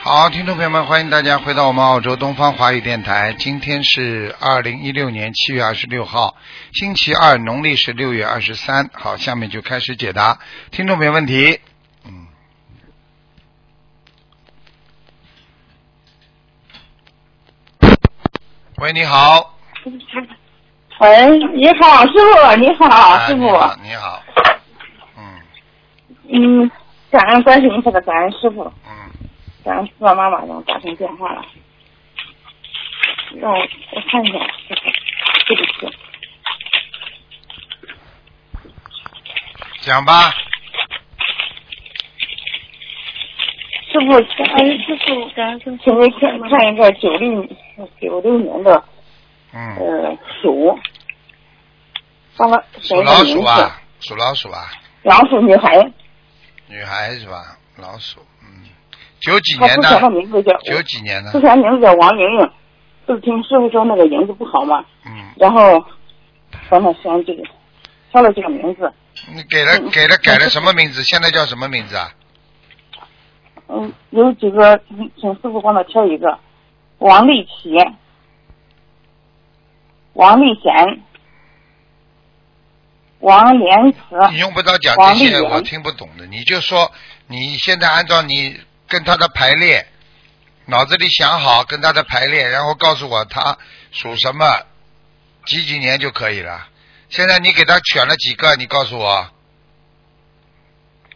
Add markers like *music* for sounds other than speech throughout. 好，听众朋友们，欢迎大家回到我们澳洲东方华语电台。今天是二零一六年七月二十六号，星期二，农历是六月二十三。好，下面就开始解答听众朋友问题。嗯。喂，你好。喂，哎你好，师傅，你好，哎师你傅，好，你好。嗯嗯，感恩观世音菩萨，感恩师傅，嗯，感恩爸妈妈让我打通电话了，让我我看一下，师傅，对不起，讲吧。师傅，感恩师傅，感恩师傅，请您看看一个九六九六年的嗯，呃鼠，帮我属选一老个名鼠字，啊，属老鼠啊，老鼠女孩，女孩是吧？老鼠，嗯，九几她年之的？前的名字叫九几年的之？前名字叫王莹莹，就是听师傅说那个莹字不好嘛。嗯，然后帮他选这个，挑了这个名字，你给了嗯给了改了什么名字？现在叫什么名字啊？嗯，有几个，嗯请师傅帮他挑一个，王丽琪、王丽贤、王莲慈，你用不着讲啊王这丽些，媛我听不懂的。你就说你现在按照你跟他的排列，脑子里想好跟他的排列，然后告诉我他属什么，几几年就可以了。现在你给他选了几个？你告诉我，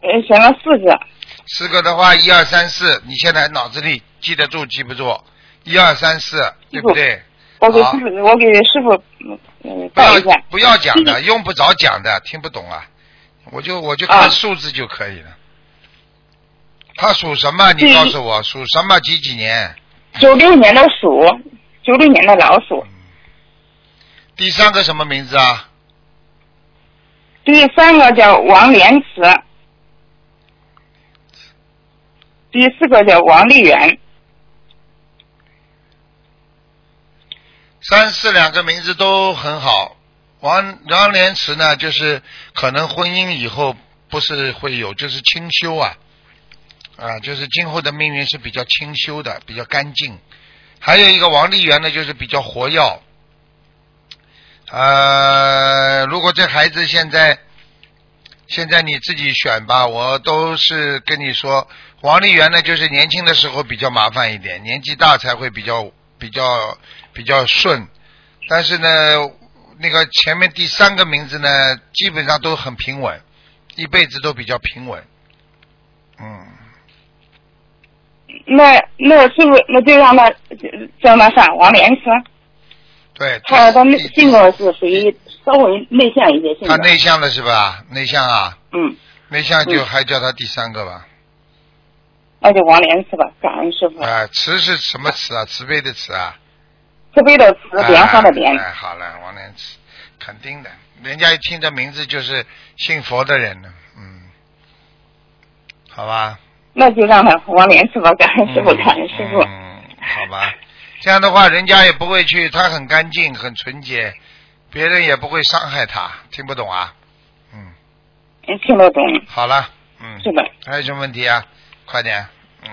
呃，选了四个，四个的话，一二三四，你现在脑子里记得住记不住？一二三四，对不对？我给好师傅，我给师傅嗯嗯不报一下要，不要讲的，嗯用不着讲的，听不懂啊，我就我就啊看数字就可以了。他属什么？你对告诉我属什么？几几年？九六年的鼠，九六年的老鼠，第三个什么名字啊？第三个叫王莲慈，第四个叫王丽媛。三四两个名字都很好。王王莲池呢，就是可能婚姻以后不是会有，就是清修啊，啊，就是今后的命运是比较清修的，比较干净。还有一个王丽媛呢，就是比较活跃。呃，如果这孩子现在现在你自己选吧，我都是跟你说，王丽媛呢，就是年轻的时候比较麻烦一点，年纪大才会比较比较比较顺。但是呢，那个前面第三个名字呢，基本上都很平稳，一辈子都比较平稳。嗯，那那是不是那就让他叫他上王莲池？对。他他内第性格是属于稍微内向一些性格他。内向了是吧？内向啊，嗯，内向就嗯还叫他第三个吧。那就王莲池吧，感恩师傅。啊、慈是什么慈啊？慈悲的慈啊。慈悲的慈，莲花呃的莲哎。。哎，好了，王莲池，肯定的，人家一听这名字就是信佛的人了，嗯，好吧。那就让他王莲池吧，感恩师傅，嗯感恩师傅。嗯，好 *laughs* 吧，这样的话，人家也不会去，他很干净，很纯洁，别人也不会伤害他，听不懂啊？嗯，嗯听得懂，好了，嗯，是的。还有什么问题啊？快点，嗯，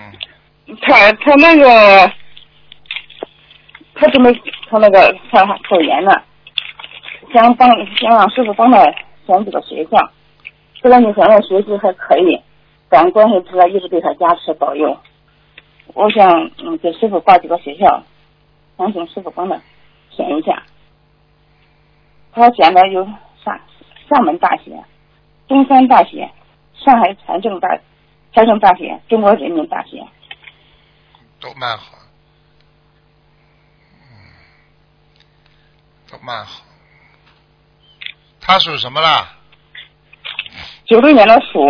他他那个，他准备他那个他考研呢，想帮想让师傅帮他选几个学校。这个女朋友学习还可以，感恩观世音菩萨一直对她加持保佑。我想嗯给师傅报几个学校，想请师傅帮他选一下。他选的有厦厦门大学、中山大学、上海财政大财政大学、中国人民大学。都蛮好，嗯，都蛮好。他属什么啦？九六年的鼠，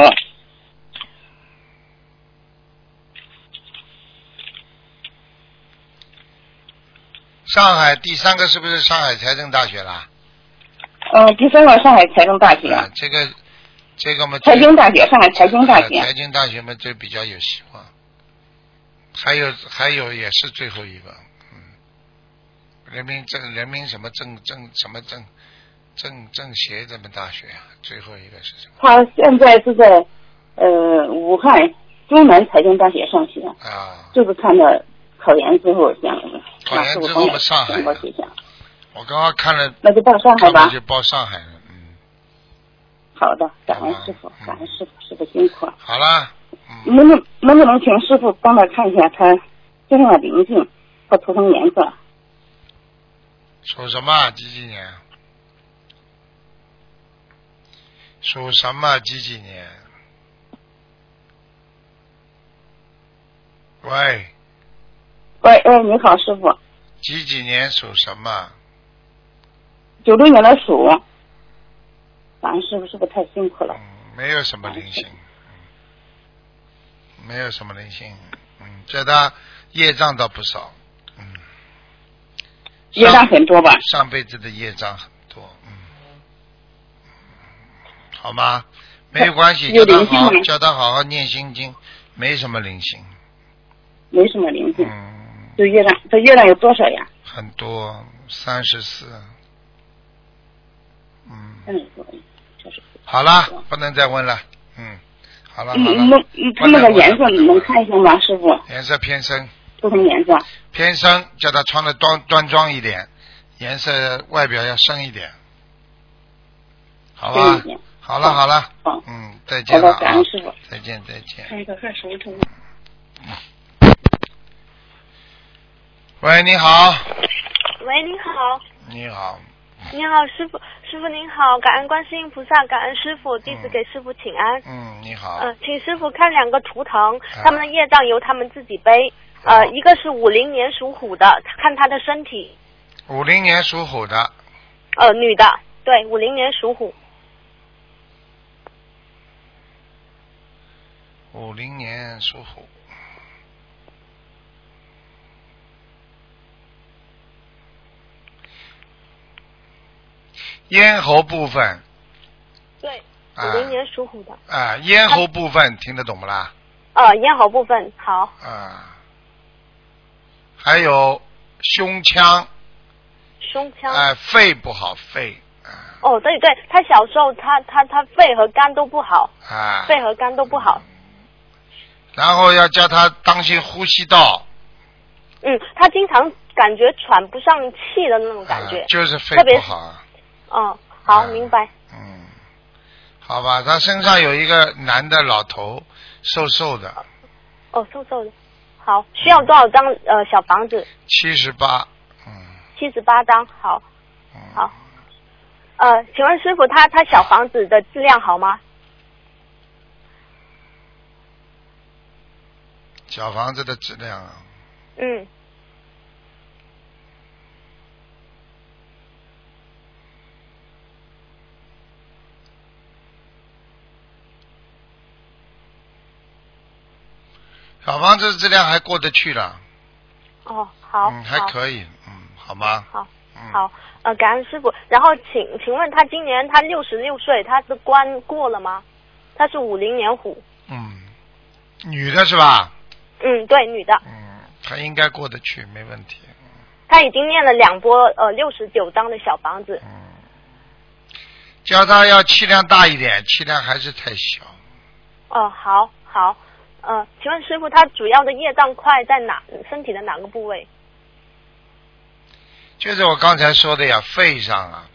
上海第三个是不是上海财政大学啦？嗯，第三个上海财政大学，啊，这个，这个嘛，财经大学，上海财经大学啊，财经大学嘛，这比较有希望。还有还有也是最后一个，嗯，人民政人民什么政政什么政政政协什么大学啊？最后一个是什么？他现在是在呃武汉中南财经大学上学，啊，就是看的考研之后想让师考研傅之后帮我嘛上海中国学校，我刚刚看了，那就到上海看了吧。就报上海嗯了，嗯，好的，感恩师傅好吧，感恩师傅，师傅辛苦啊。好啦，嗯，能不能能不能请师傅帮他看一下他身上的灵性和图腾颜色？属什么啊？几几年？属什么？几几年？喂，喂喂，你好，师傅，几几年属什么？九六年的鼠，感恩师傅，师傅太辛苦了嗯。，没有什么灵性，嗯没有什么灵性，嗯，叫他业障倒不少，嗯，业障很多吧？上辈子的业障很多，嗯，好吗？没有关系，有叫他灵性好好吗叫他好好念心经，没什么灵性，没什么灵性，嗯，就业障，这业障有多少呀？很多三十四，嗯，嗯，确实。好了，不能再问了，嗯，好了好嗯，了，那嗯他那个颜色能看一下吗，师傅？颜色偏深。图腾颜色？偏深，叫他穿的端端庄一点，颜色外表要深一点，好这一吧？点。好了好好了，好，嗯，再好见了的，啊感恩，师傅。再见再见。看一个看什么图？喂，你好，喂，你好，你好，你好，师傅，师傅您好，感恩观世音菩萨，感恩师傅，弟子给师傅请安。嗯，你嗯好，呃，请师傅看两个图腾啊，他们的业障由他们自己背。好呃，一个是五零年属虎的，看他的身体，五零年属虎的，呃，女的，对，五零年属虎，五零年属虎。咽喉部分对，啊五零年属虎的，啊，咽喉部分听得懂不啦？呃，咽喉部分好，啊，还有胸腔，胸腔。哎、肺不好，肺啊哦，对对，他小时候他他他肺和肝都不好，啊，肺和肝都不好。然后要叫他当心呼吸道，嗯，他经常感觉喘不上气的那种感觉啊。就是肺特别不好，嗯，好，嗯明白。嗯，好吧，他身上有一个男的老头，瘦瘦的，哦，瘦瘦的。好，需要多少张呃小房子？七十八，嗯七十八张。好，嗯，好呃，请问师傅他他小房子的质量好吗？小房子的质量啊，嗯，小房子质量还过得去了，哦，好，嗯，还好，可以，嗯，好吗？好，嗯，好，呃，感恩师傅。然后请请问他今年他六十六岁，他的关过了吗？他是五零年虎，嗯，女的是吧？嗯，对，女的，嗯，他应该过得去，没问题。她已经念了两波呃六十九张的小房子。嗯，叫他要气量大一点，气量还是太小。哦，好，好，呃，请问师傅他主要的业障块在哪？身体的哪个部位？就是我刚才说的呀，肺上啊，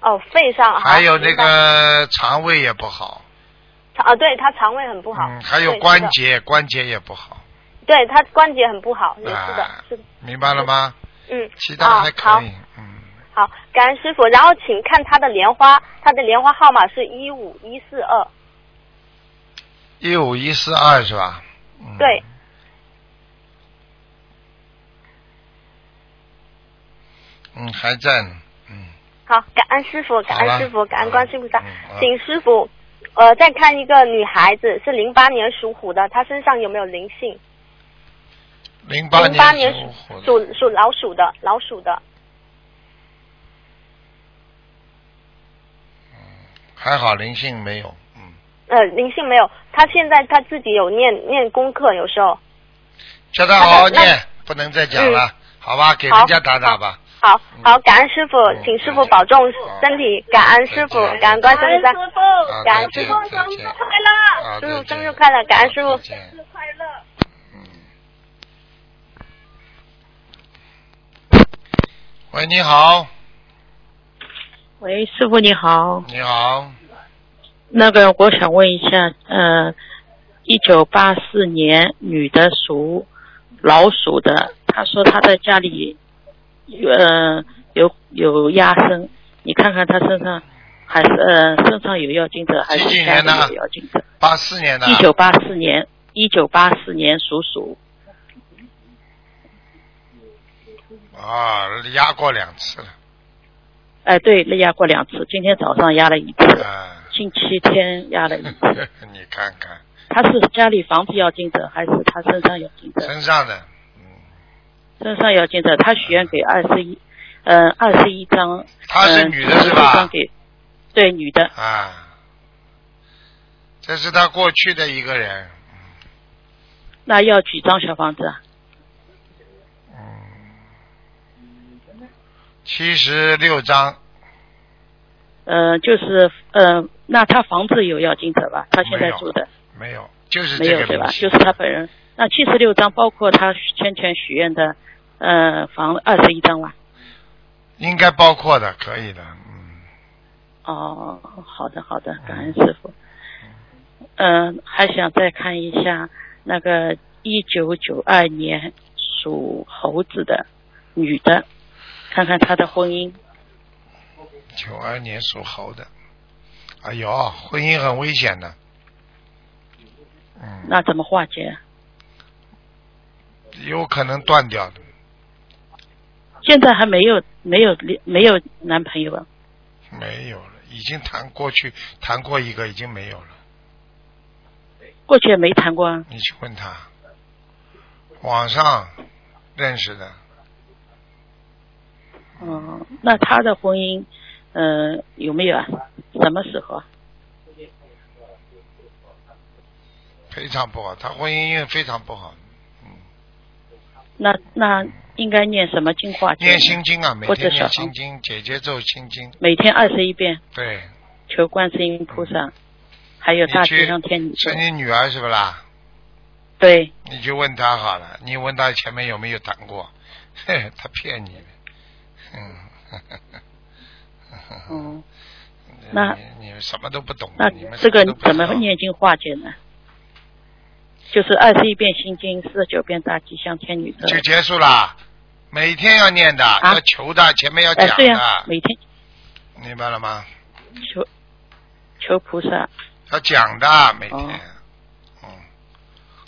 哦，肺上，好还有那明白个肠胃也不好，肠啊，对他肠胃很不好，嗯，还有对关，节，关节也不好，是的对他关节很不好，也是的，啊是的，明白了吗？嗯，其他的还啊、可以，嗯，好，好，感恩师傅。然后请看他的莲花，他的莲花号码是一五一四二，一五一四二是吧？嗯、对，嗯，还在呢，嗯，好，感恩师傅，感好了恩师傅，感恩观世音菩萨嗯好了，请师傅。呃，再看一个女孩子，是零八年属虎的，她身上有没有灵性？零八零八年属属虎的属属老鼠的，老鼠的，还好灵性没有，嗯，呃，灵性没有。她现在她自己有念念功课，有时候。叫他好好那那念，不能再讲嗯了，好吧？给好人家打打吧。好好，感恩师傅嗯，请师傅保重身体，感恩师傅再见，感恩观世音菩萨。啊，感再恩见，师父再见。快乐。好师再见傅啊生日快乐，感恩师再傅。见快乐。喂，你好，喂，师傅你好，你好，那个我想问一下，呃，一九八四年女的属老鼠的，她说她在家里，呃，有有压生，你看看她身上还是呃身上有药精者还几几是家年里的有药精者？八四年的，一九八四年，一九八四年属鼠，啊，压过两次了，哎、对，那压过两次，今天早上压了一次，啊，星期天压了一次。 *laughs* 你看看她是家里房子要精者，还是她身上有精者？身上的，嗯，身上要精者，他许愿给二十一，嗯，二十一张。呃她是女的是吧张？给，对，女的，啊，这是他过去的一个人，那要几张小房子啊？七十六章，呃，就是呃，那他房子有要精者吧？他现没在有住的没有，就是没这有个对吧？东西就是他本人。那七十六张包括他先前许愿的，呃，房二十一张吧。应该包括的，可以的，嗯，哦，好的好的，感恩师傅。嗯、还想再看一下那个一九九二年属猴子的女的，看看她的婚姻。九二年属猴的，哎呦，婚姻很危险的，嗯，那怎么化解？有可能断掉的，现在还没有没有没有男朋友啊？没有了，已经谈过去谈过一个，已经没有了，过去也没谈过啊。你去问他，网上认识的，哦，那她的婚姻，呃，有没有啊？什么时候啊？非常不好，他婚姻非常不好，那那应该念什么经化解呢？念心经啊，每或者天念小心经，姐姐咒心经，每天二十一遍，对，求观世音菩萨，还有嗯大你去吉祥天女咒是。你女儿是不啦？对，你就问他好了，你问他前面有没有谈过， *laughs* 嘿，他骗你的，嗯， *laughs* 嗯，那你你什么都不懂，那你们这个什都不怎么知道念经化解呢？就是二十一遍心经，四十九遍大吉祥天女咒。就结束啦？每天要念的，要求的，前面要讲哎，啊啊对的，呀、每天明白了吗？求求菩萨，要讲的，每天，哦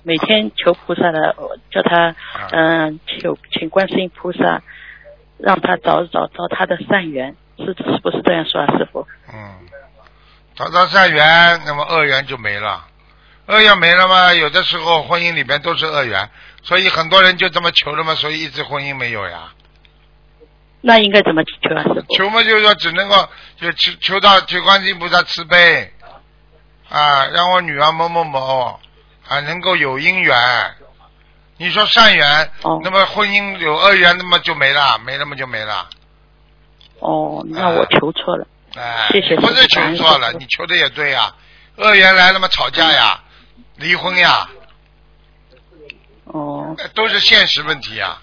每天求菩萨的，我叫他啊嗯、求请观世音菩萨，让他找找找他的善缘，是是不是这样说啊，师傅？嗯，找到善缘，那么恶缘就没了。恶缘没了嘛，有的时候婚姻里边都是恶缘，所以很多人就这么求了嘛，所以一直婚姻没有呀。那应该怎么求啊，师傅？求嘛，就是说只能够就求求到求观世音菩萨慈悲啊，让我女儿某某某啊能够有姻缘。你说善缘，哦那么婚姻有恶缘，那么就没了，没了嘛就没了。哦，那啊我求错了，哎，谢谢你不是谢谢求感恩错了，师父你求的也对呀、恶缘来了嘛，吵架呀，嗯离婚呀，哎哦，都是现实问题呀。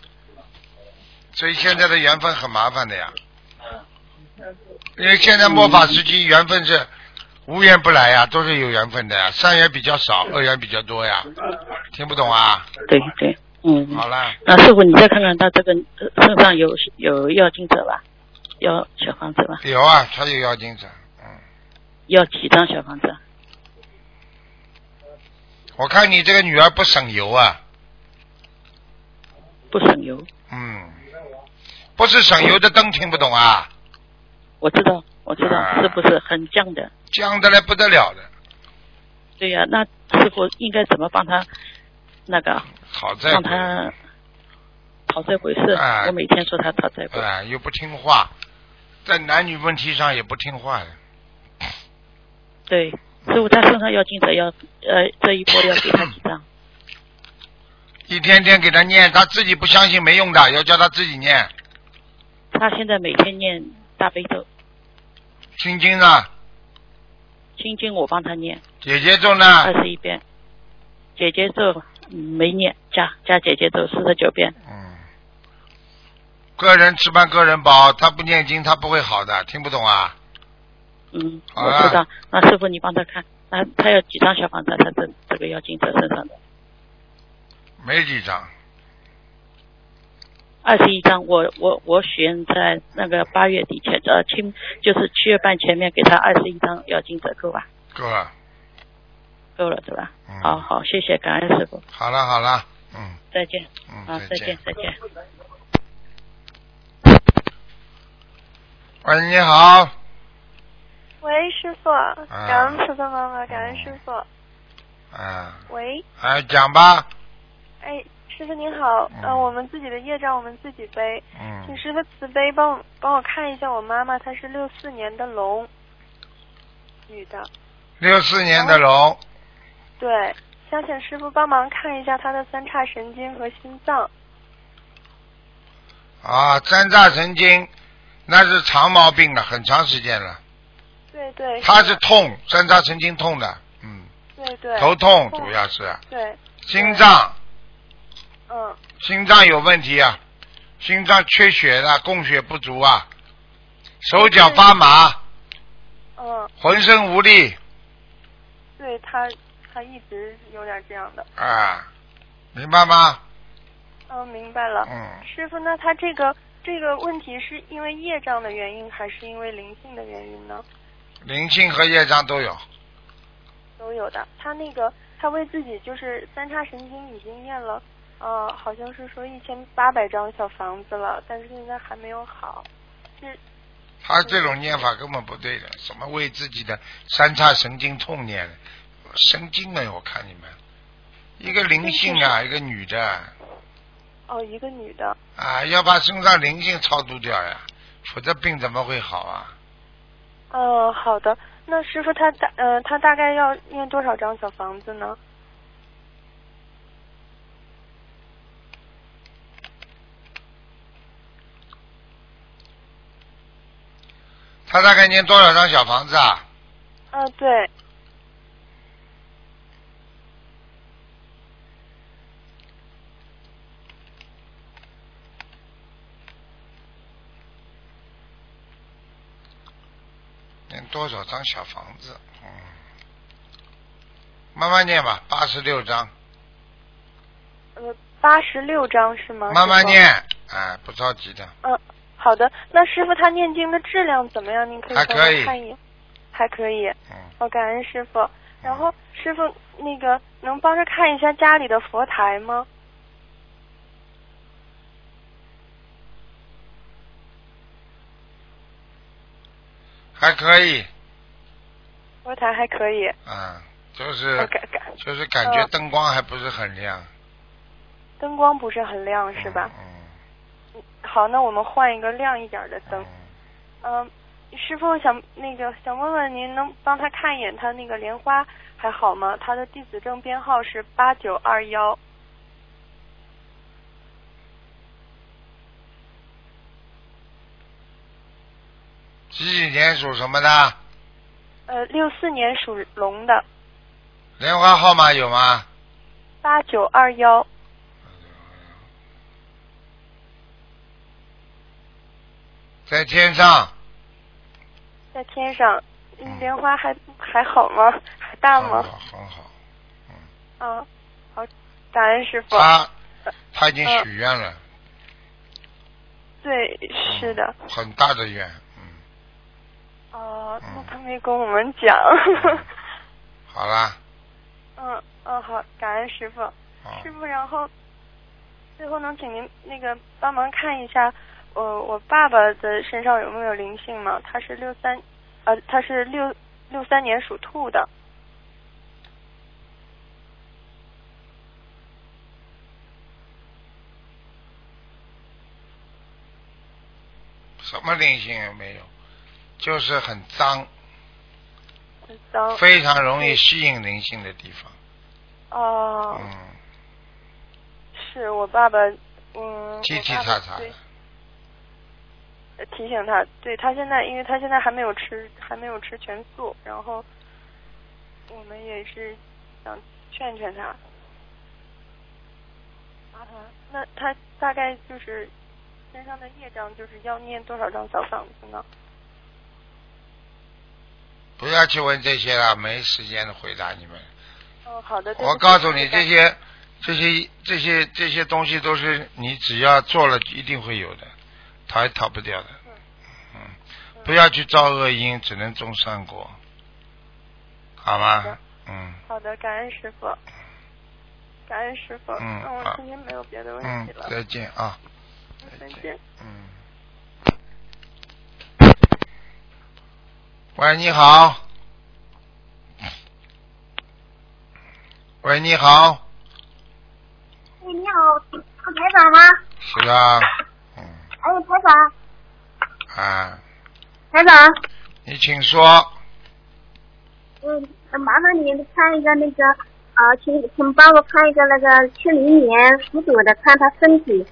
所以现在的缘分很麻烦的呀，因为现在末法时嗯期缘分是无缘不来呀，都是有缘分的呀，善缘比较少，恶缘比较多呀，听不懂啊？对对，嗯。好了，那师傅，你再看看他这个呃身上有有药精者吧，要小房子吧，有啊，他有妖精者，要几张小房子啊？我看你这个女儿不省油啊，不省油，嗯，不是省油的灯，听不懂啊？我知道，我知道，啊是不是很犟的？犟的来不得了的，对呀、那师傅应该怎么帮他那个好在让他讨债鬼是？啊我每天说他讨债鬼，哎，又不听话，在男女问题上也不听话的。对，师傅他身上要精者要呃这一波要给他几 *clears throat* 张？一天天给他念，他自己不相信没用的，要叫他自己念他现在每天念大悲咒，心经呢。啊心经我帮他念，姐姐咒呢二？十一遍，姐姐咒嗯没念，加加姐姐咒四十九遍，嗯，个人吃饭个人饱，他不念经他不会好的，听不懂啊？嗯，好我啊知道。那师傅你帮他看，那他要几张小房子？他这这个要进他身上的没几张，二十一张，我我我许愿在那个八月底前，呃，七就是七月半前面给他二十一张要进折够吧？够了。够了对吧？嗯，好好，谢谢，感恩师傅，好了好了，嗯再见，啊，嗯，再见再见。喂，你好，喂，师傅，啊感恩菩萨妈妈，感恩师傅。嗯，喂，哎，讲吧，哎，师傅您好，嗯呃，我们自己的业障我们自己背，请嗯，师傅慈悲帮我帮我看一下我妈妈，她是六四年的龙，女的，六四年的龙，对，想请师傅帮忙看一下她的三叉神经和心脏。啊，三叉神经，那是长毛病了，很长时间了。对对，他是痛，三叉神经痛的，嗯，对对，头痛痛主要是，对，心脏嗯，心脏有问题啊，心脏缺血了，供血不足啊，手脚发麻，嗯，浑身无力对她她一直有点这样的，啊，明白吗？嗯，明白了。嗯，师傅，那他这个这个问题是因为业障的原因，还是因为灵性的原因呢？灵性和业障都有，都有的。他那个他为自己就是三叉神经已经念了，呃，好像是说一千八百张小房子了，但是现在还没有好。是，他这种念法根本不对的，什么为自己的三叉神经痛念的，神经啊！我看你们，一个灵性啊，一个女的哦，一个女的。啊，要把身上灵性超度掉呀，否则病怎么会好啊？哦，好的。那师傅他大呃，他大概要念多少张小房子呢？他大概念多少张小房子啊？啊，对，念多少张小房子？嗯，慢慢念吧，八十六张，呃，八十六张是吗？慢慢师傅。念，哎，不着急的。嗯，好的。那师傅他念经的质量怎么样？您可以还帮可我以看一眼。还可以。嗯，哦，感恩师傅。然后师傅那个能帮着看一下家里的佛台吗？还可以，佛台还可以。嗯，就是、哦，感感就是感觉嗯灯光还不是很亮，灯光不是很亮是吧？嗯好，那我们换一个亮一点的灯嗯。嗯，师傅想那个想问问您能帮他看一眼他那个莲花还好吗？他的弟子证编号是八九二幺。几几年属什么的？呃，六四年属龙的莲花号码有吗？八九二幺。在天上，在天上，嗯嗯莲花还还好吗？还大哦很吗？好，很好。啊，好，感恩师傅。他他已经许愿了，对，是的。嗯很大的愿，嗯，哦、嗯那他没跟我们讲。 *laughs* 好啦，嗯嗯，好，感恩师傅。哦师傅，然后最后能请您那个帮忙看一下，我、我爸爸的身上有没有灵性吗？他是六三，呃，他是六六三年属兔的。什么灵性也没有，就是很脏，很脏非常容易吸引灵性的地方，哦、嗯，是我爸爸，嗯，叽叽我爸喳爸喳对的，呃提醒他，对他现在，因为他现在还没有吃，还没有吃全素，然后，我们也是想劝劝他。麻烦。那他大概就是身上的业障，就是要念多少张小房子呢？不要去问这些了，没时间回答你们。哦，好的。对不我起告诉你，这。大些、这些、这些、这些东西都是你只要做了，一定会有的，逃也逃不掉的。嗯，不要去造恶因，只能种善果，好好吗的？嗯好的，感恩师傅。感恩师傅。嗯那我好今天没有别的问嗯题了，。再见啊，再再见见。。嗯。喂，你好。嗯喂，你好，哎，你好，是台长吗？是吧？嗯哎，台长，啊，台长，你请说。嗯，麻烦你看一个那个，呃，请请帮我看一个那个七零年属狗的，看他身体。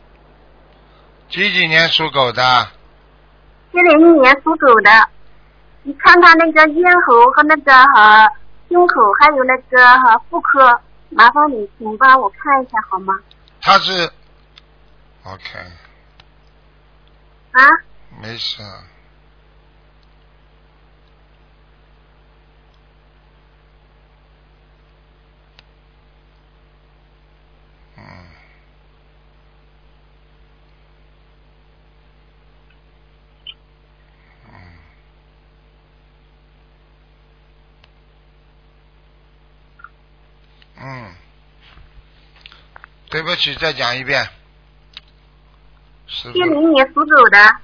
几几年属狗的？七零年属狗的，你看看那个咽喉和那个和胸口，还有那个和妇科，麻烦你请帮我看一下好吗？他是，OK，啊，没事啊。嗯，嗯，嗯，对不起，再讲一遍。师七傅。零年属狗的，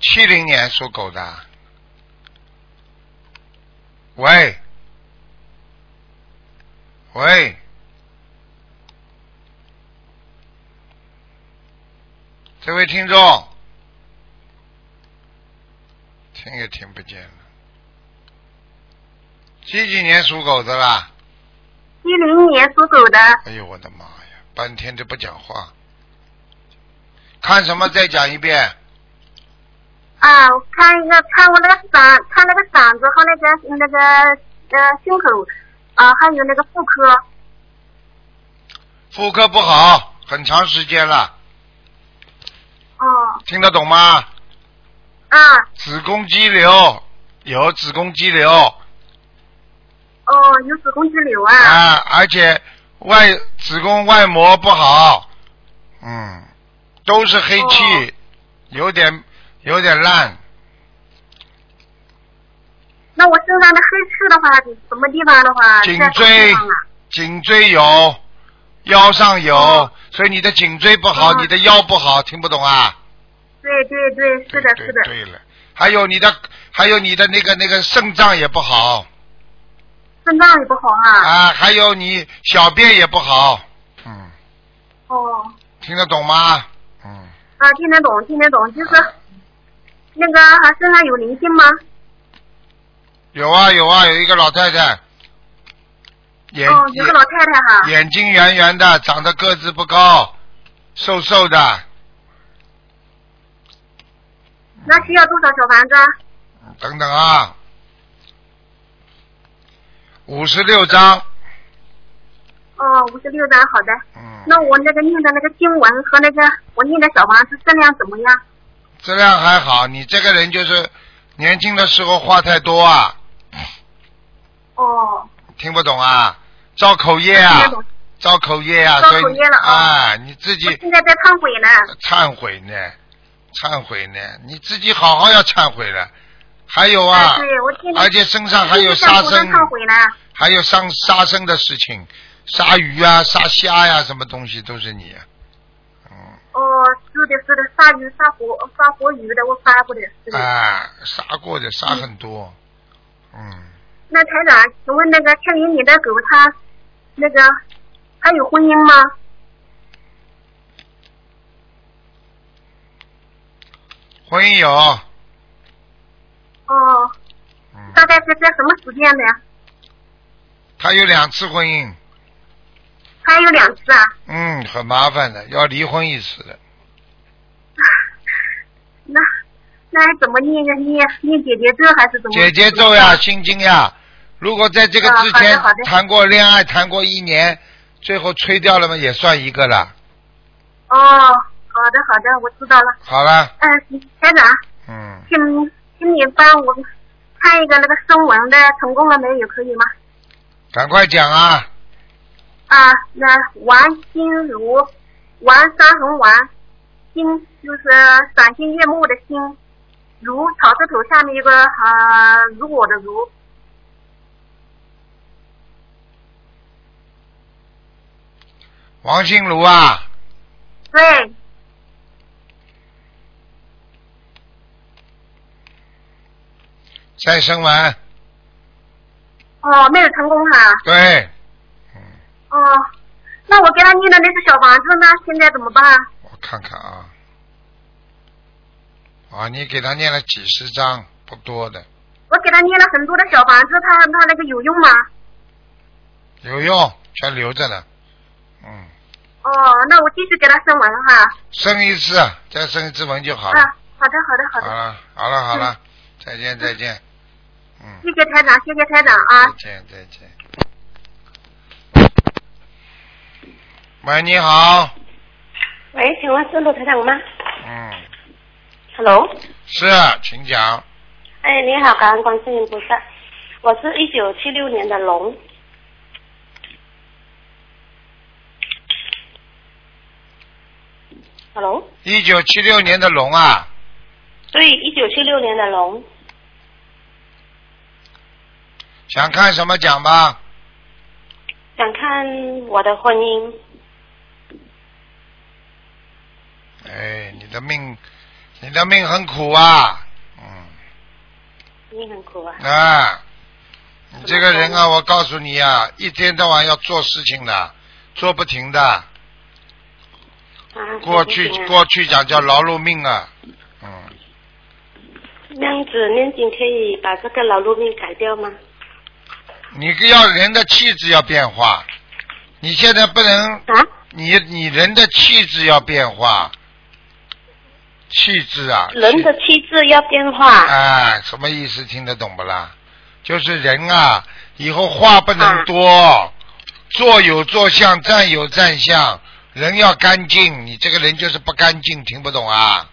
七零年属狗的啊。喂，喂，这位听众，听也听不见了。几几年属狗的啦？七零年属狗的，哎呦我的妈呀，半天都不讲话，看什么？再讲一遍。啊，我看一个，看我那个嗓，看那个嗓子和那个那个呃胸口，啊，还有那个妇科，妇科不好，很长时间了，哦，听得懂吗？啊，子宫肌瘤，有子宫肌瘤哦，有子宫肌瘤啊，啊，而且外子宫外膜不好，嗯，都是黑气，有点有点烂，那我身上的黑痣的话，什么地方的话，颈在什么椎地方啊？颈椎有，腰上有，哦所以你的颈椎不好，哦你的腰不好，听不懂啊？对对对，是的，对是的，对了，还有你的还有你的那个那个肾脏也不好肾脏也不好啊。啊，还有你小便也不好，嗯，哦，听得懂吗？嗯。啊，听得懂，听得懂，就是那个还身上有灵性吗？有啊有啊，有一个老太太，眼、哦，有个老太太哈。眼睛圆圆的，长得个子不高，瘦瘦的，那需要多少小房子啊？等等啊，五十六张，哦，五十六张，好的。嗯，那我那个念的那个经文和那个我念的小房子质量怎么样？质量还好。你这个人就是年轻的时候话太多啊，哦，听不懂啊，造口业啊听得，懂。造口业啊，造所以口你业了啊啊，你自己我现在在忏悔呢。忏悔呢，忏悔呢，你自己好好要忏悔了。还有啊，哎对我现在而且身上还有杀我现在在生，忏悔呢。还有上杀生的事情，杀鱼啊、杀虾呀、什么东西都是你、啊嗯，哦，是的，是的，杀鱼、杀活、杀活鱼的，我发过的。是的。啊，杀过的杀很多，嗯，那台长，请问那个千零里的狗，它那个它有婚姻吗？婚姻有，哦，嗯，大概是在什么时间呢？他有两次婚姻，它有两次啊。嗯，很麻烦的，要离婚一次的，那那还怎么念呀？念念姐姐咒还是怎么？姐姐咒呀、心经呀，如果在这个嗯啊之好的前好的谈过恋爱，谈过一年，最后吹掉了嘛，也算一个了。哦，好的好的，我知道了。好了，嗯、台长，嗯，请请你帮我看一个那个声纹的成功了没有，可以吗？赶快讲啊！啊，那王心如，王三横王，心就是赏心悦目的心，如草字头下面一个呃如果的如，王心如啊，对，再生完，哦，没有成功哈、对，哦，那我给他念的那是小房子呢，现在怎么办？我看看啊，啊，你给他念了几十章，不多的，我给他念了很多的小房子，他他那个有用吗？有用，全留着呢。嗯，哦，那我继续给他升文哈。生一次，啊再生一次文就好了。啊，好的，好的，好好的，了，好了，好了，再见，再见。嗯。谢谢台长，谢谢台长啊再。见，再见。喂，你好。喂，请问是陆台长吗嗯， ？Hello，是，请讲。哎，你好，感恩观世音菩萨，我是一九七六年的龙，Hello，一九七六年的龙啊，对，一九七六年的龙，想看什么讲吧？想看我的婚姻，哎，你的命，你的命很苦啊。嗯你很苦啊，啊，你这个人啊，我告诉你啊，一天到晚要做事情的，做不停的。啊，过行去不行啊过去讲叫劳碌命啊。嗯，那样子念经可以把这个劳碌命改掉吗？啊你要人的气质要变化，你现在不能啊，你你人的气质要变化，气质啊，人的气气质要变化，哎，什么意思？听得懂不啦？就是人啊，以后话不能多，坐有坐相，站有站相，人要干净。你这个人就是不干净，听不懂啊？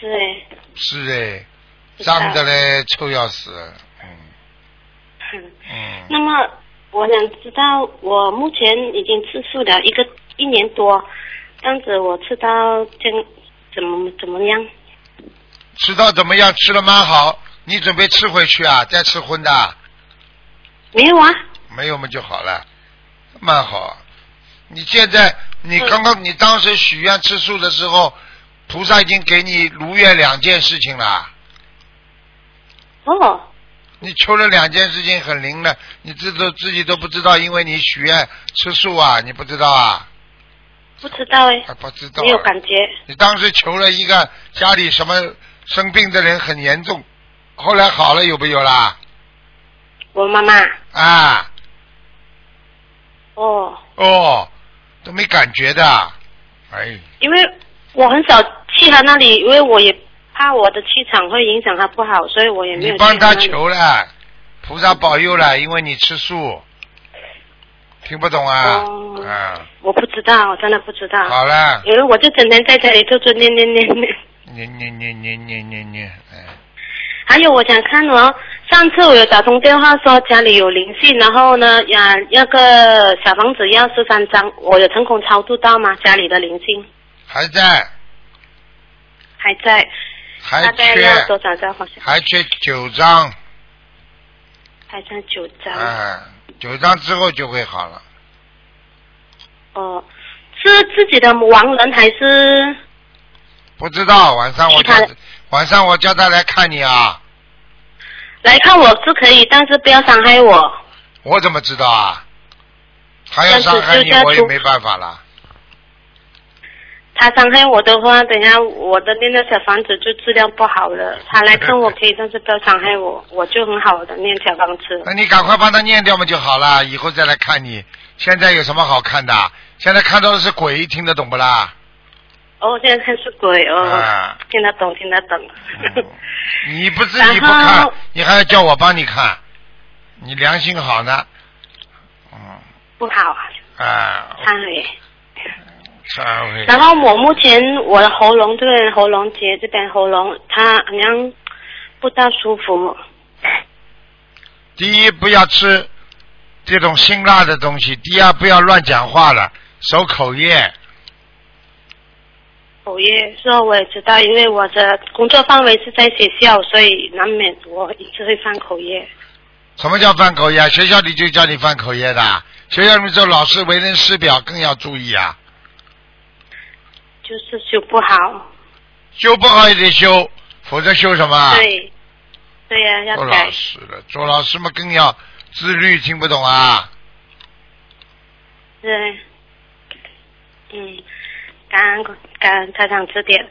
是哎。是哎，知道脏的嘞，臭要死。嗯嗯嗯，那么我想知道，我目前已经吃素了一个一年多，这样子我吃到这样怎么怎么样？吃到怎么样？吃了蛮好，你准备吃回去啊？再吃荤的啊？没有啊，没有嘛就好了，蛮好。你现在，你嗯刚刚你当时许愿吃素的时候，菩萨已经给你如愿两件事情了。哦，你求了两件事情很灵的，你自都自己都不知道，因为你许愿吃素啊，你不知道啊，不知道哎，还不知道啊、没有感觉你当时求了一个家里什么生病的人很严重，后来好了有没有啦？我妈妈啊，哦，哦，都没感觉的，哎，因为我很少去她那里，因为我也怕我的气场会影响她不好，所以我也没你有去帮她他那里。求了，菩萨保佑了，因为你吃素，听不懂啊？哦啊，我不知道，我真的不知道。好了，因为我就整天在家里做做念念念念。你你你你你你你，哎，还有，我想看哦，上次我有打通电话说家里有灵性，然后呢，呀，那个小房子要十三张，我有成功超度到吗？家里的灵性还在，还在，还大概要多缺，少张？好像还缺九张，还剩九张。哎，九张之后就会好了。哦，是自己的亡人还是？不知道晚上我其他叫的晚上我叫他来看你啊，来看我是可以，但是不要伤害我。我怎么知道啊？他要伤害但是你就，要我也出没办法了。他伤害我的话，等一下我的那个小房子就质量不好了。他来看我可以，但是不要伤 *laughs* 害我，我就很好的念小房子。那你赶快帮他念掉嘛就好了，以后再来看你。现在有什么好看的？现在看到的是鬼，听得懂不啦？哦，现在看是鬼哦，啊嗯听得懂，听得懂。你不自己不然看后，你还要叫我帮你看？你良心好呢，嗯 *laughs* 不好，啊，忏悔。忏悔。然后我目前我的喉咙这边喉咙结这边喉咙，它好像不大舒服。第一，不要吃这种辛辣的东西；第二，不要乱讲话了，守口业。口业，说我也知道，因为我的工作范围是在学校，所以难免我一直会犯口业。什么叫犯口业啊？学校里就叫你犯口业的啊，学校里面做老师为人师表更要注意啊，就是修不好。修不好也得修，否则修什么啊？对，对呀、要做改老。师了，做老师嘛更要自律，听不懂啊？对，嗯，感恩感恩台长指点。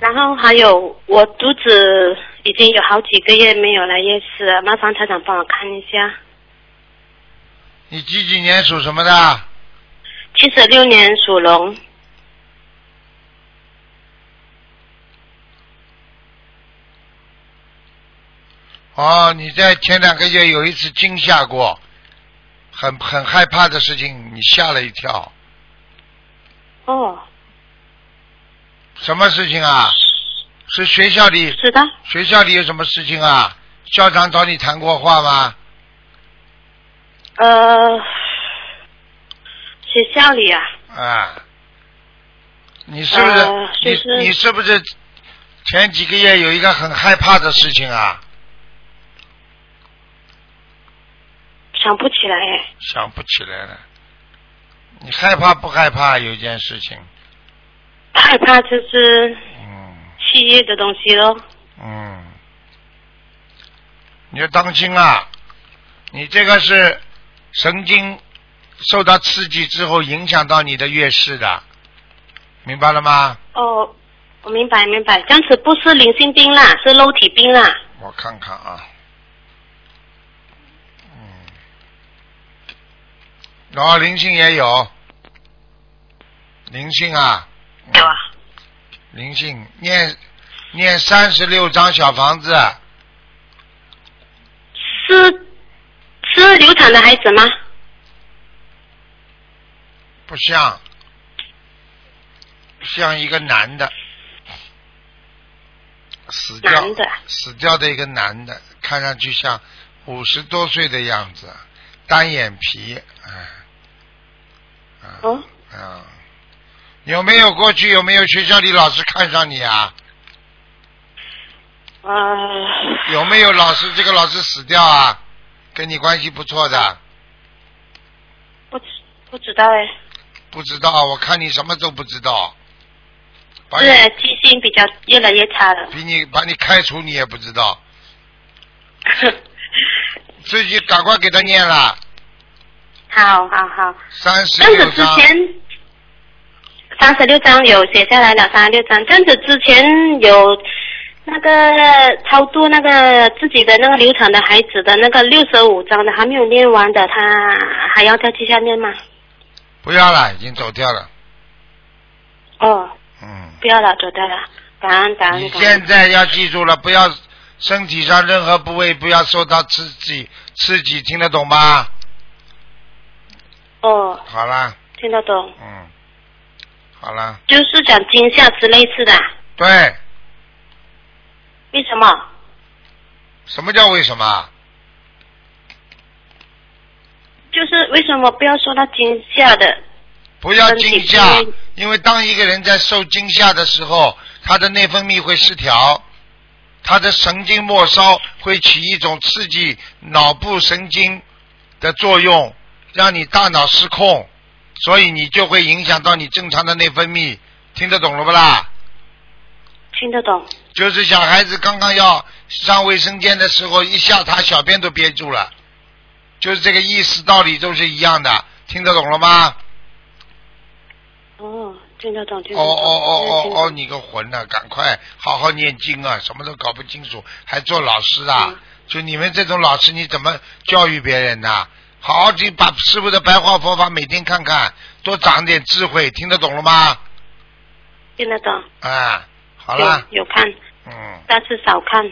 然后还有我肚子已经有好几个月没有来夜市了，麻烦台长帮我看一下。你几几年属什么的？七十六年属龙，哦，你在前两个月有一次惊吓过，很很害怕的事情，你吓了一跳。哦，什么事情啊？是学校里是的，学校里有什么事情啊？校长找你谈过话吗？呃，学校里啊，啊，你是不是、呃就是你你是不是前几个月有一个很害怕的事情啊？想不起来哎，想不起来了。你害怕不害怕？有一件事情，害怕就是嗯企业的东西咯。嗯，你要当心啊！你这个是神经受到刺激之后影响到你的月事的，明白了吗？哦，我明白明白，这样子不是灵性病啦，是肉体病啦。我看看啊，嗯，然后灵性也有，灵性啊，嗯有啊，灵性念念三十六张小房子，是是流产的孩子吗？不像，像一个男的，死掉男的死掉的一个男的，看上去像五十多岁的样子，单眼皮，哎，啊、哦啊，有没有过去有没有学校里老师看上你啊？呃，有没有老师这个老师死掉啊？跟你关系不错的，不知不知道哎，不知道，我看你什么都不知道，把你是记性比较越来越差了。比你把你开除你也不知 *laughs* 道，自己赶快给他念了好好好，三十这样六子之章，前三十六章有写下来了，三十六章。这样子之前有那个超度那个自己的那个流产的孩子的那个六十五章的还没有念完的，他还要再继续念吗？不要了，已经走掉了。哦，嗯，不要了，走掉了。感恩感你恩感现恩。在要记住了，不要身体上任何部位不要受到刺激，刺激听得懂吗？哦，好啦，听得懂，嗯，好啦，就是讲惊吓之类似的啊。对，为什么？什么叫为什么？就是为什么不要说他惊吓的？不要惊吓身体，因为当一个人在受惊吓的时候，他的内分泌会失调，他的神经末梢会起一种刺激脑部神经的作用，让你大脑失控，所以你就会影响到你正常的内分泌。听得懂了不啦？听得懂？就是小孩子刚刚要上卫生间的时候，一下他小便都憋住了，就是这个意思，道理都是一样的。听得懂了吗？哦，听得懂，听得哦懂。哦哦听得哦懂哦！你个混呐、赶快好好念经啊！什么都搞不清楚，还做老师啊？嗯就你们这种老师，你怎么教育别人呐、好好去把师傅的白话佛法每天看看，多长点智慧，听得懂了吗？听得懂。啊，好了，有有看，嗯，但是少看。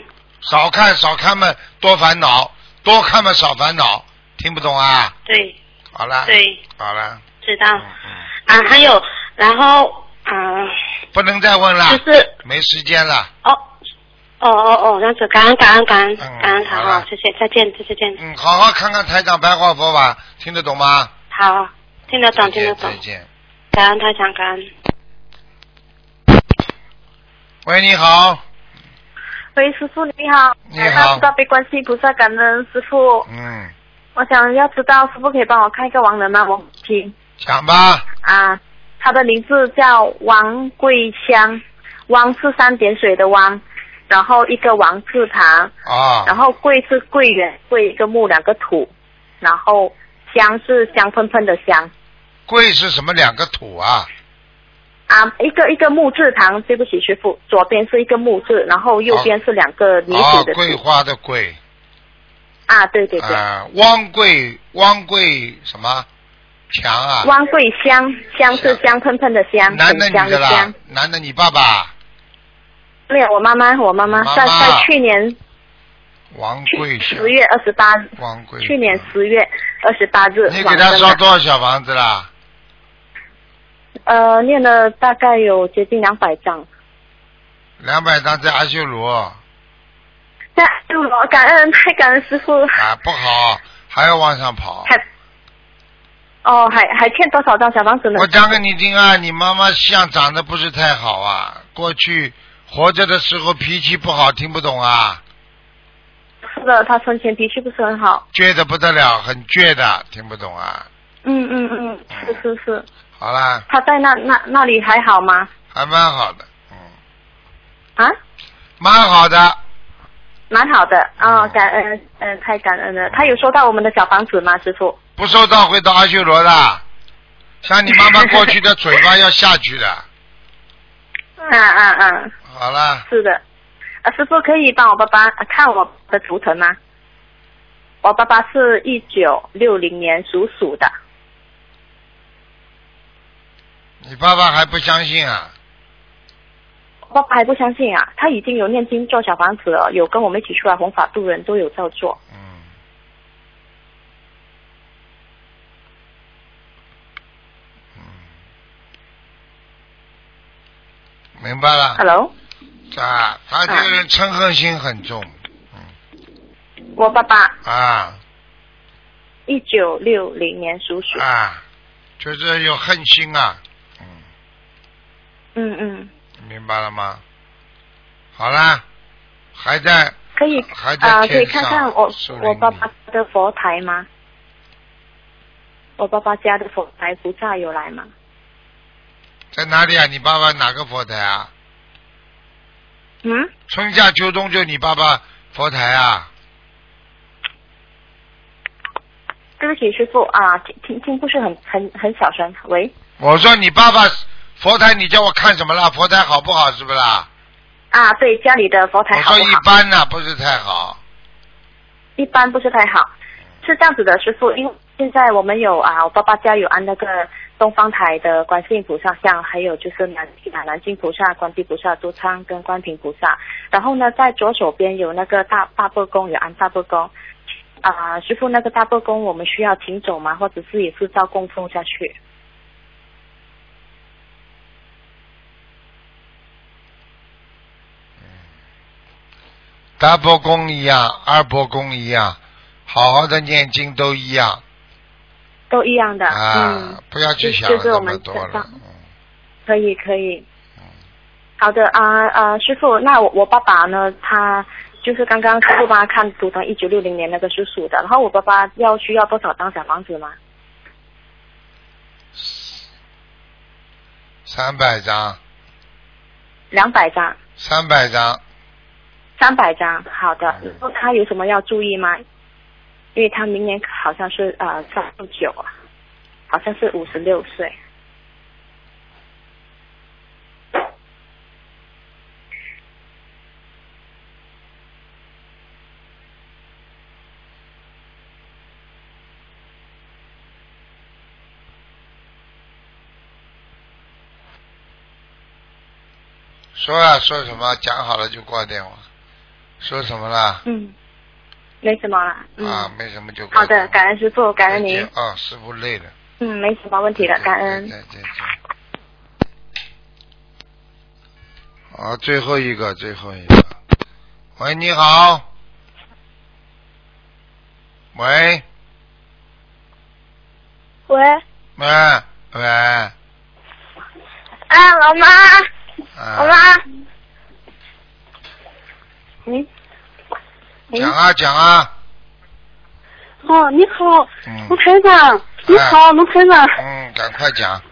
少看少看嘛，多烦恼。多看嘛少烦恼，听不懂啊？对好了，对，好了，知道嗯嗯，啊。还有，然后啊，不能再问了，就是没时间了，哦哦哦哦，那就感恩感恩感恩嗯感恩他好啊了，谢谢，再见再见，嗯，好好看看台长白话佛法，听得懂吗？好，听得懂再听得见，懂再，见。感恩他讲感恩。喂，你好，喂，师傅你好，呃你好知道被观世音菩萨感恩师傅，嗯，我想要知道师傅可以帮我看一个亡人吗？我母亲讲吧，啊，她的名字叫王桂香，王是三点水的王，然后一个王字旁，啊，然后桂是桂圆，桂一个木两个土，然后香是香喷喷的香贵是什么两个土啊？啊，一个一个木字旁，对不起师傅，左边是一个木字，然后右边是两个呃泥啊土，的土桂花的桂，啊，对对对，啊，汪桂，汪桂什么强啊？汪桂香，香是香喷喷的香，男的很香女的啦香。？男的你爸爸没有，我妈妈，我妈妈妈妈在在去年王桂香，十月二十八，王桂，去年十月二十八日你给晚他上烧的多少小房子啦？呃，念了大概有接近两百张。两百张在阿修罗啊，那我感恩，太感恩师傅，啊不好，还要往上跑。还哦，还还欠多少张小房子 *laughs* 呢我？讲给你听啊，你妈妈像长得不是太好啊，过去活着的时候脾气不好，听不懂啊，是的，他生前脾气不是很好。倔得不得了，很倔的，听不懂啊。嗯嗯嗯，是是是，好啦，他在那那那里还好吗？还蛮好的，嗯，啊，蛮好的，蛮好的啊、哦嗯，感恩，嗯、太感恩了。他有收到我们的小房子吗，师傅？不收到会到阿修罗的。像你妈妈过去的嘴巴要下去的，嗯嗯嗯，好啦，是的。啊，师傅可以帮我爸爸啊看我的图腾吗？我爸爸是一九六零年属鼠的，你爸爸还不相信啊？我爸爸还不相信啊，他已经有念经做小房子了，有跟我们一起出来弘法度人都有照做。嗯，嗯，明白了。 Hello，啊，他这个人嗔恨心很重我爸爸啊一九六零年属鼠，啊，就是有恨心啊。嗯，嗯嗯，明白了吗？好啦，还在可以还在啊、可以天看上看我树林里我爸爸的佛台吗？我爸爸家的佛台菩萨有来吗？在哪里啊？你爸爸哪个佛台啊？嗯，春夏秋冬就你爸爸佛台啊？对不起，师傅啊，听听听不是很很很小声。喂，我说你爸爸佛台，你叫我看什么啦？佛台好不好？是不是啦？啊，对，家里的佛台我好说不一好？般呐、不是太好。一般不是太好，是这样子的，师傅，因为现在我们有啊，我爸爸家有安那个东方台的观世音菩萨像，还有就是南啊南京菩萨、观地菩萨、都昌跟观平菩萨，然后呢，在左手边有那个大大伯公，有安大伯公。啊，师傅，那个大伯公，我们需要请走吗？或者是也是照供奉下去？大伯公一样，二伯公一样，好好的念经都一样都一样的。嗯啊，，不要去想就就是那我么们多身了上。嗯可以可以。好的啊啊、师傅，那我我爸爸呢？他就是刚刚师傅帮他看图腾，一九六零年那个属鼠的。然后我爸爸要需要多少张小房子吗？三百张，两百张，三百张，三百张。好的嗯，那他有什么要注意吗？因为他明年好像是呃三十九啊，好像是五十六岁。说啊说什么？讲好了就挂电话，说什么啦？嗯，没什么啦。嗯，啊，没什么就可以好的，感恩师傅，感恩再您见。啊，师傅累了。嗯，没什么问题的，感恩。再见。再见好，哦最后一个，最后一个。喂，你好。喂，喂，喂，喂，啊，老妈，老啊，妈，讲啊讲啊，哦，你好，卢嗯台长，你好，卢台长，嗯，赶快讲，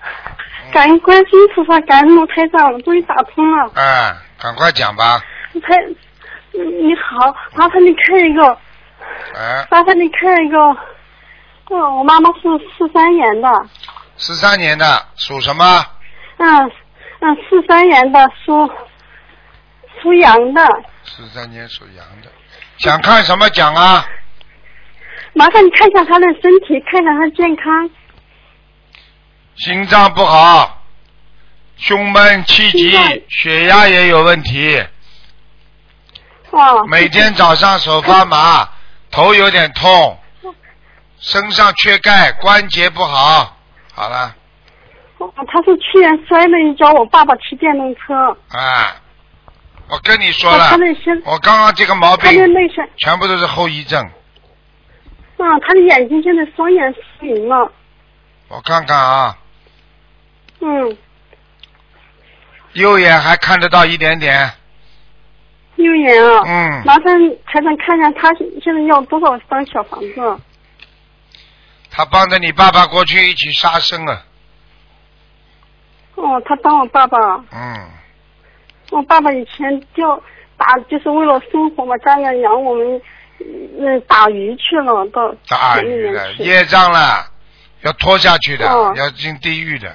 感恩观世音菩萨，感恩卢台长，我终于打通了。哎，赶快讲吧，卢台，嗯你好，麻烦你看一个，哎，麻烦你看一个，嗯，我妈妈是四三年的，十三年的属什么？嗯嗯，四三年的属属羊的，十三年属羊的，想看什么讲啊？麻烦你看一下她的身体，看一下她的健康。心脏不好，胸闷气心脏急，血压也有问题，哦，每天早上手发 *laughs* 麻，头有点痛，身上缺钙，关节不好。好了，她啊是去年摔了一跤，我爸爸骑电动车，啊，我跟你说了她，的哦身，我刚刚这个毛她病的内神，全部都是后遗症。嗯，她的眼睛现在双眼失明了，我看看啊，嗯，右眼还看得到一点点，右眼啊。嗯，麻烦台长看一下，他现在要多少张小房子？他帮着你爸爸过去一起杀生了，哦，他帮我爸爸，嗯，我爸爸以前就打，就是为了生活嘛，家里人养我们，嗯，打鱼去了，到大田里鱼面了，去啊业障了，要拖下去的，哦要进地狱的。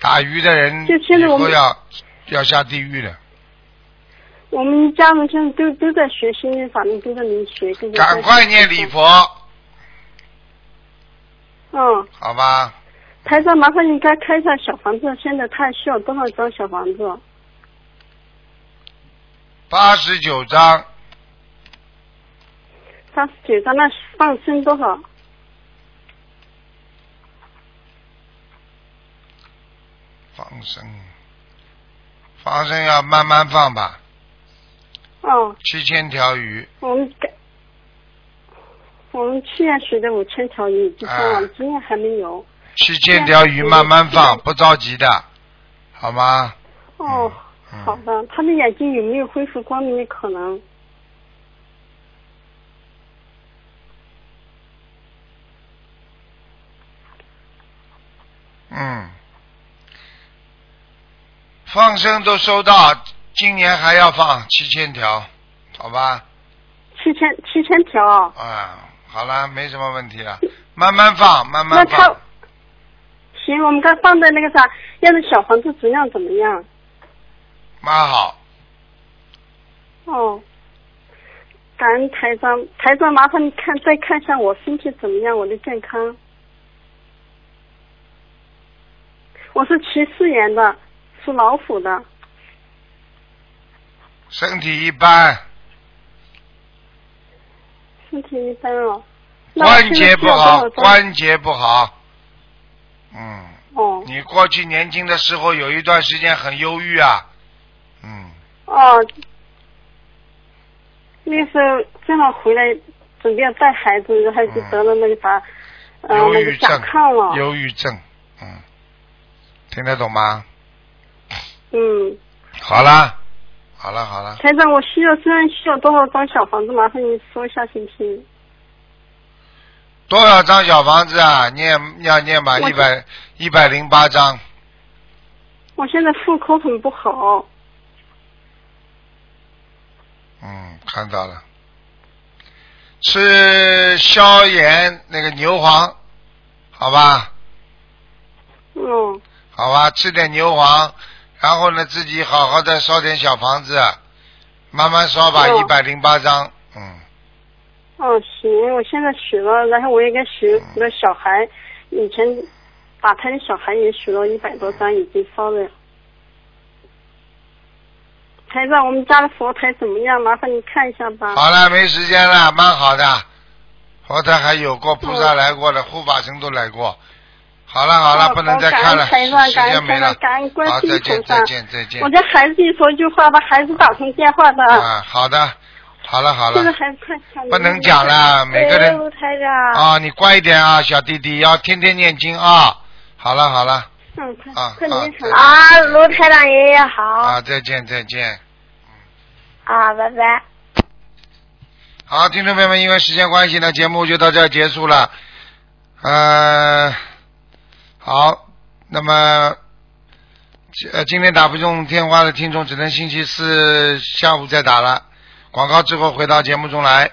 打鱼的人就现以在我后们要要下地狱的。我们一家人现在都都在学心灵法门，都在灵学，都在赶快念礼佛，嗯，好吧？台长，麻烦你该开一下小房子，现在看需要多少张小房子？八十九章，三十九张，那放生多少？放生，放生要慢慢放吧，哦，七千条鱼，我们该。我们去年学的五千条鱼已经放啊完，今年还没有。七千条鱼慢慢放，不着急的，好吗？哦，嗯好的，他的眼睛有没有恢复光明的可能？嗯，放生都收到，今年还要放七千条，好吧？七千七千条啊，啊，好了，没什么问题了，慢慢放，慢慢那他放。行，我们刚放在那个啥，要是小房子质量怎么样？蛮好，哦，感恩台长，台长麻烦你看再看一下我身体怎么样，我的健康。我是七四年的，属老虎的。身体一般，身体一般哦。那我关现在节需不要好多少，张关节不好。嗯，哦你过去年轻的时候有一段时间很忧郁啊，嗯，哦，那时候正好回来，准备要带孩子，然后就得了那个啥，呃，嗯忧那个郁甲症亢，了。忧郁症，嗯，听得懂吗？嗯，好啦，好了好了，台长，我需要现在需要多少张小房子？麻烦你说一下行不行？多少张小房子啊？念要念吧，我一百一百零八张，我现在妇科很不好，嗯，看到了。吃消炎那个牛黄，好吧，嗯，好吧，吃点牛黄，然后呢自己好好的烧点小房子，慢慢烧吧，一嗯百零八张，嗯，哦，行，我现在许了，然后我也给许个小孩，以前打胎的小孩也许了一百多张，已经烧了。台长，我们家的佛台怎么样？麻烦你看一下吧。哦好了，没时间了，蛮好的。佛台还有过菩嗯萨来过的，护法神都来过。好了好了，不能再看了，哦感恩台上，时感间恩没台上了，。感恩观好，世再音菩见萨再。见再见我。家孩子一说一句话，把孩子打通电话的。啊，好的，好了好这个了，孩子太惨了。不能讲了，每个人哎台长。啊，你乖一点啊，小弟弟要天天念经啊。好了好了，嗯，快啊快啊点念上。啊卢台长爷爷好。啊，再见再见。啊，拜拜。好，听众朋友们，因为时间关系呢，节目就到这儿结束了。呃，好，那么呃，今天打不中电话的听众，只能星期四下午再打了。广告之后回到节目中来。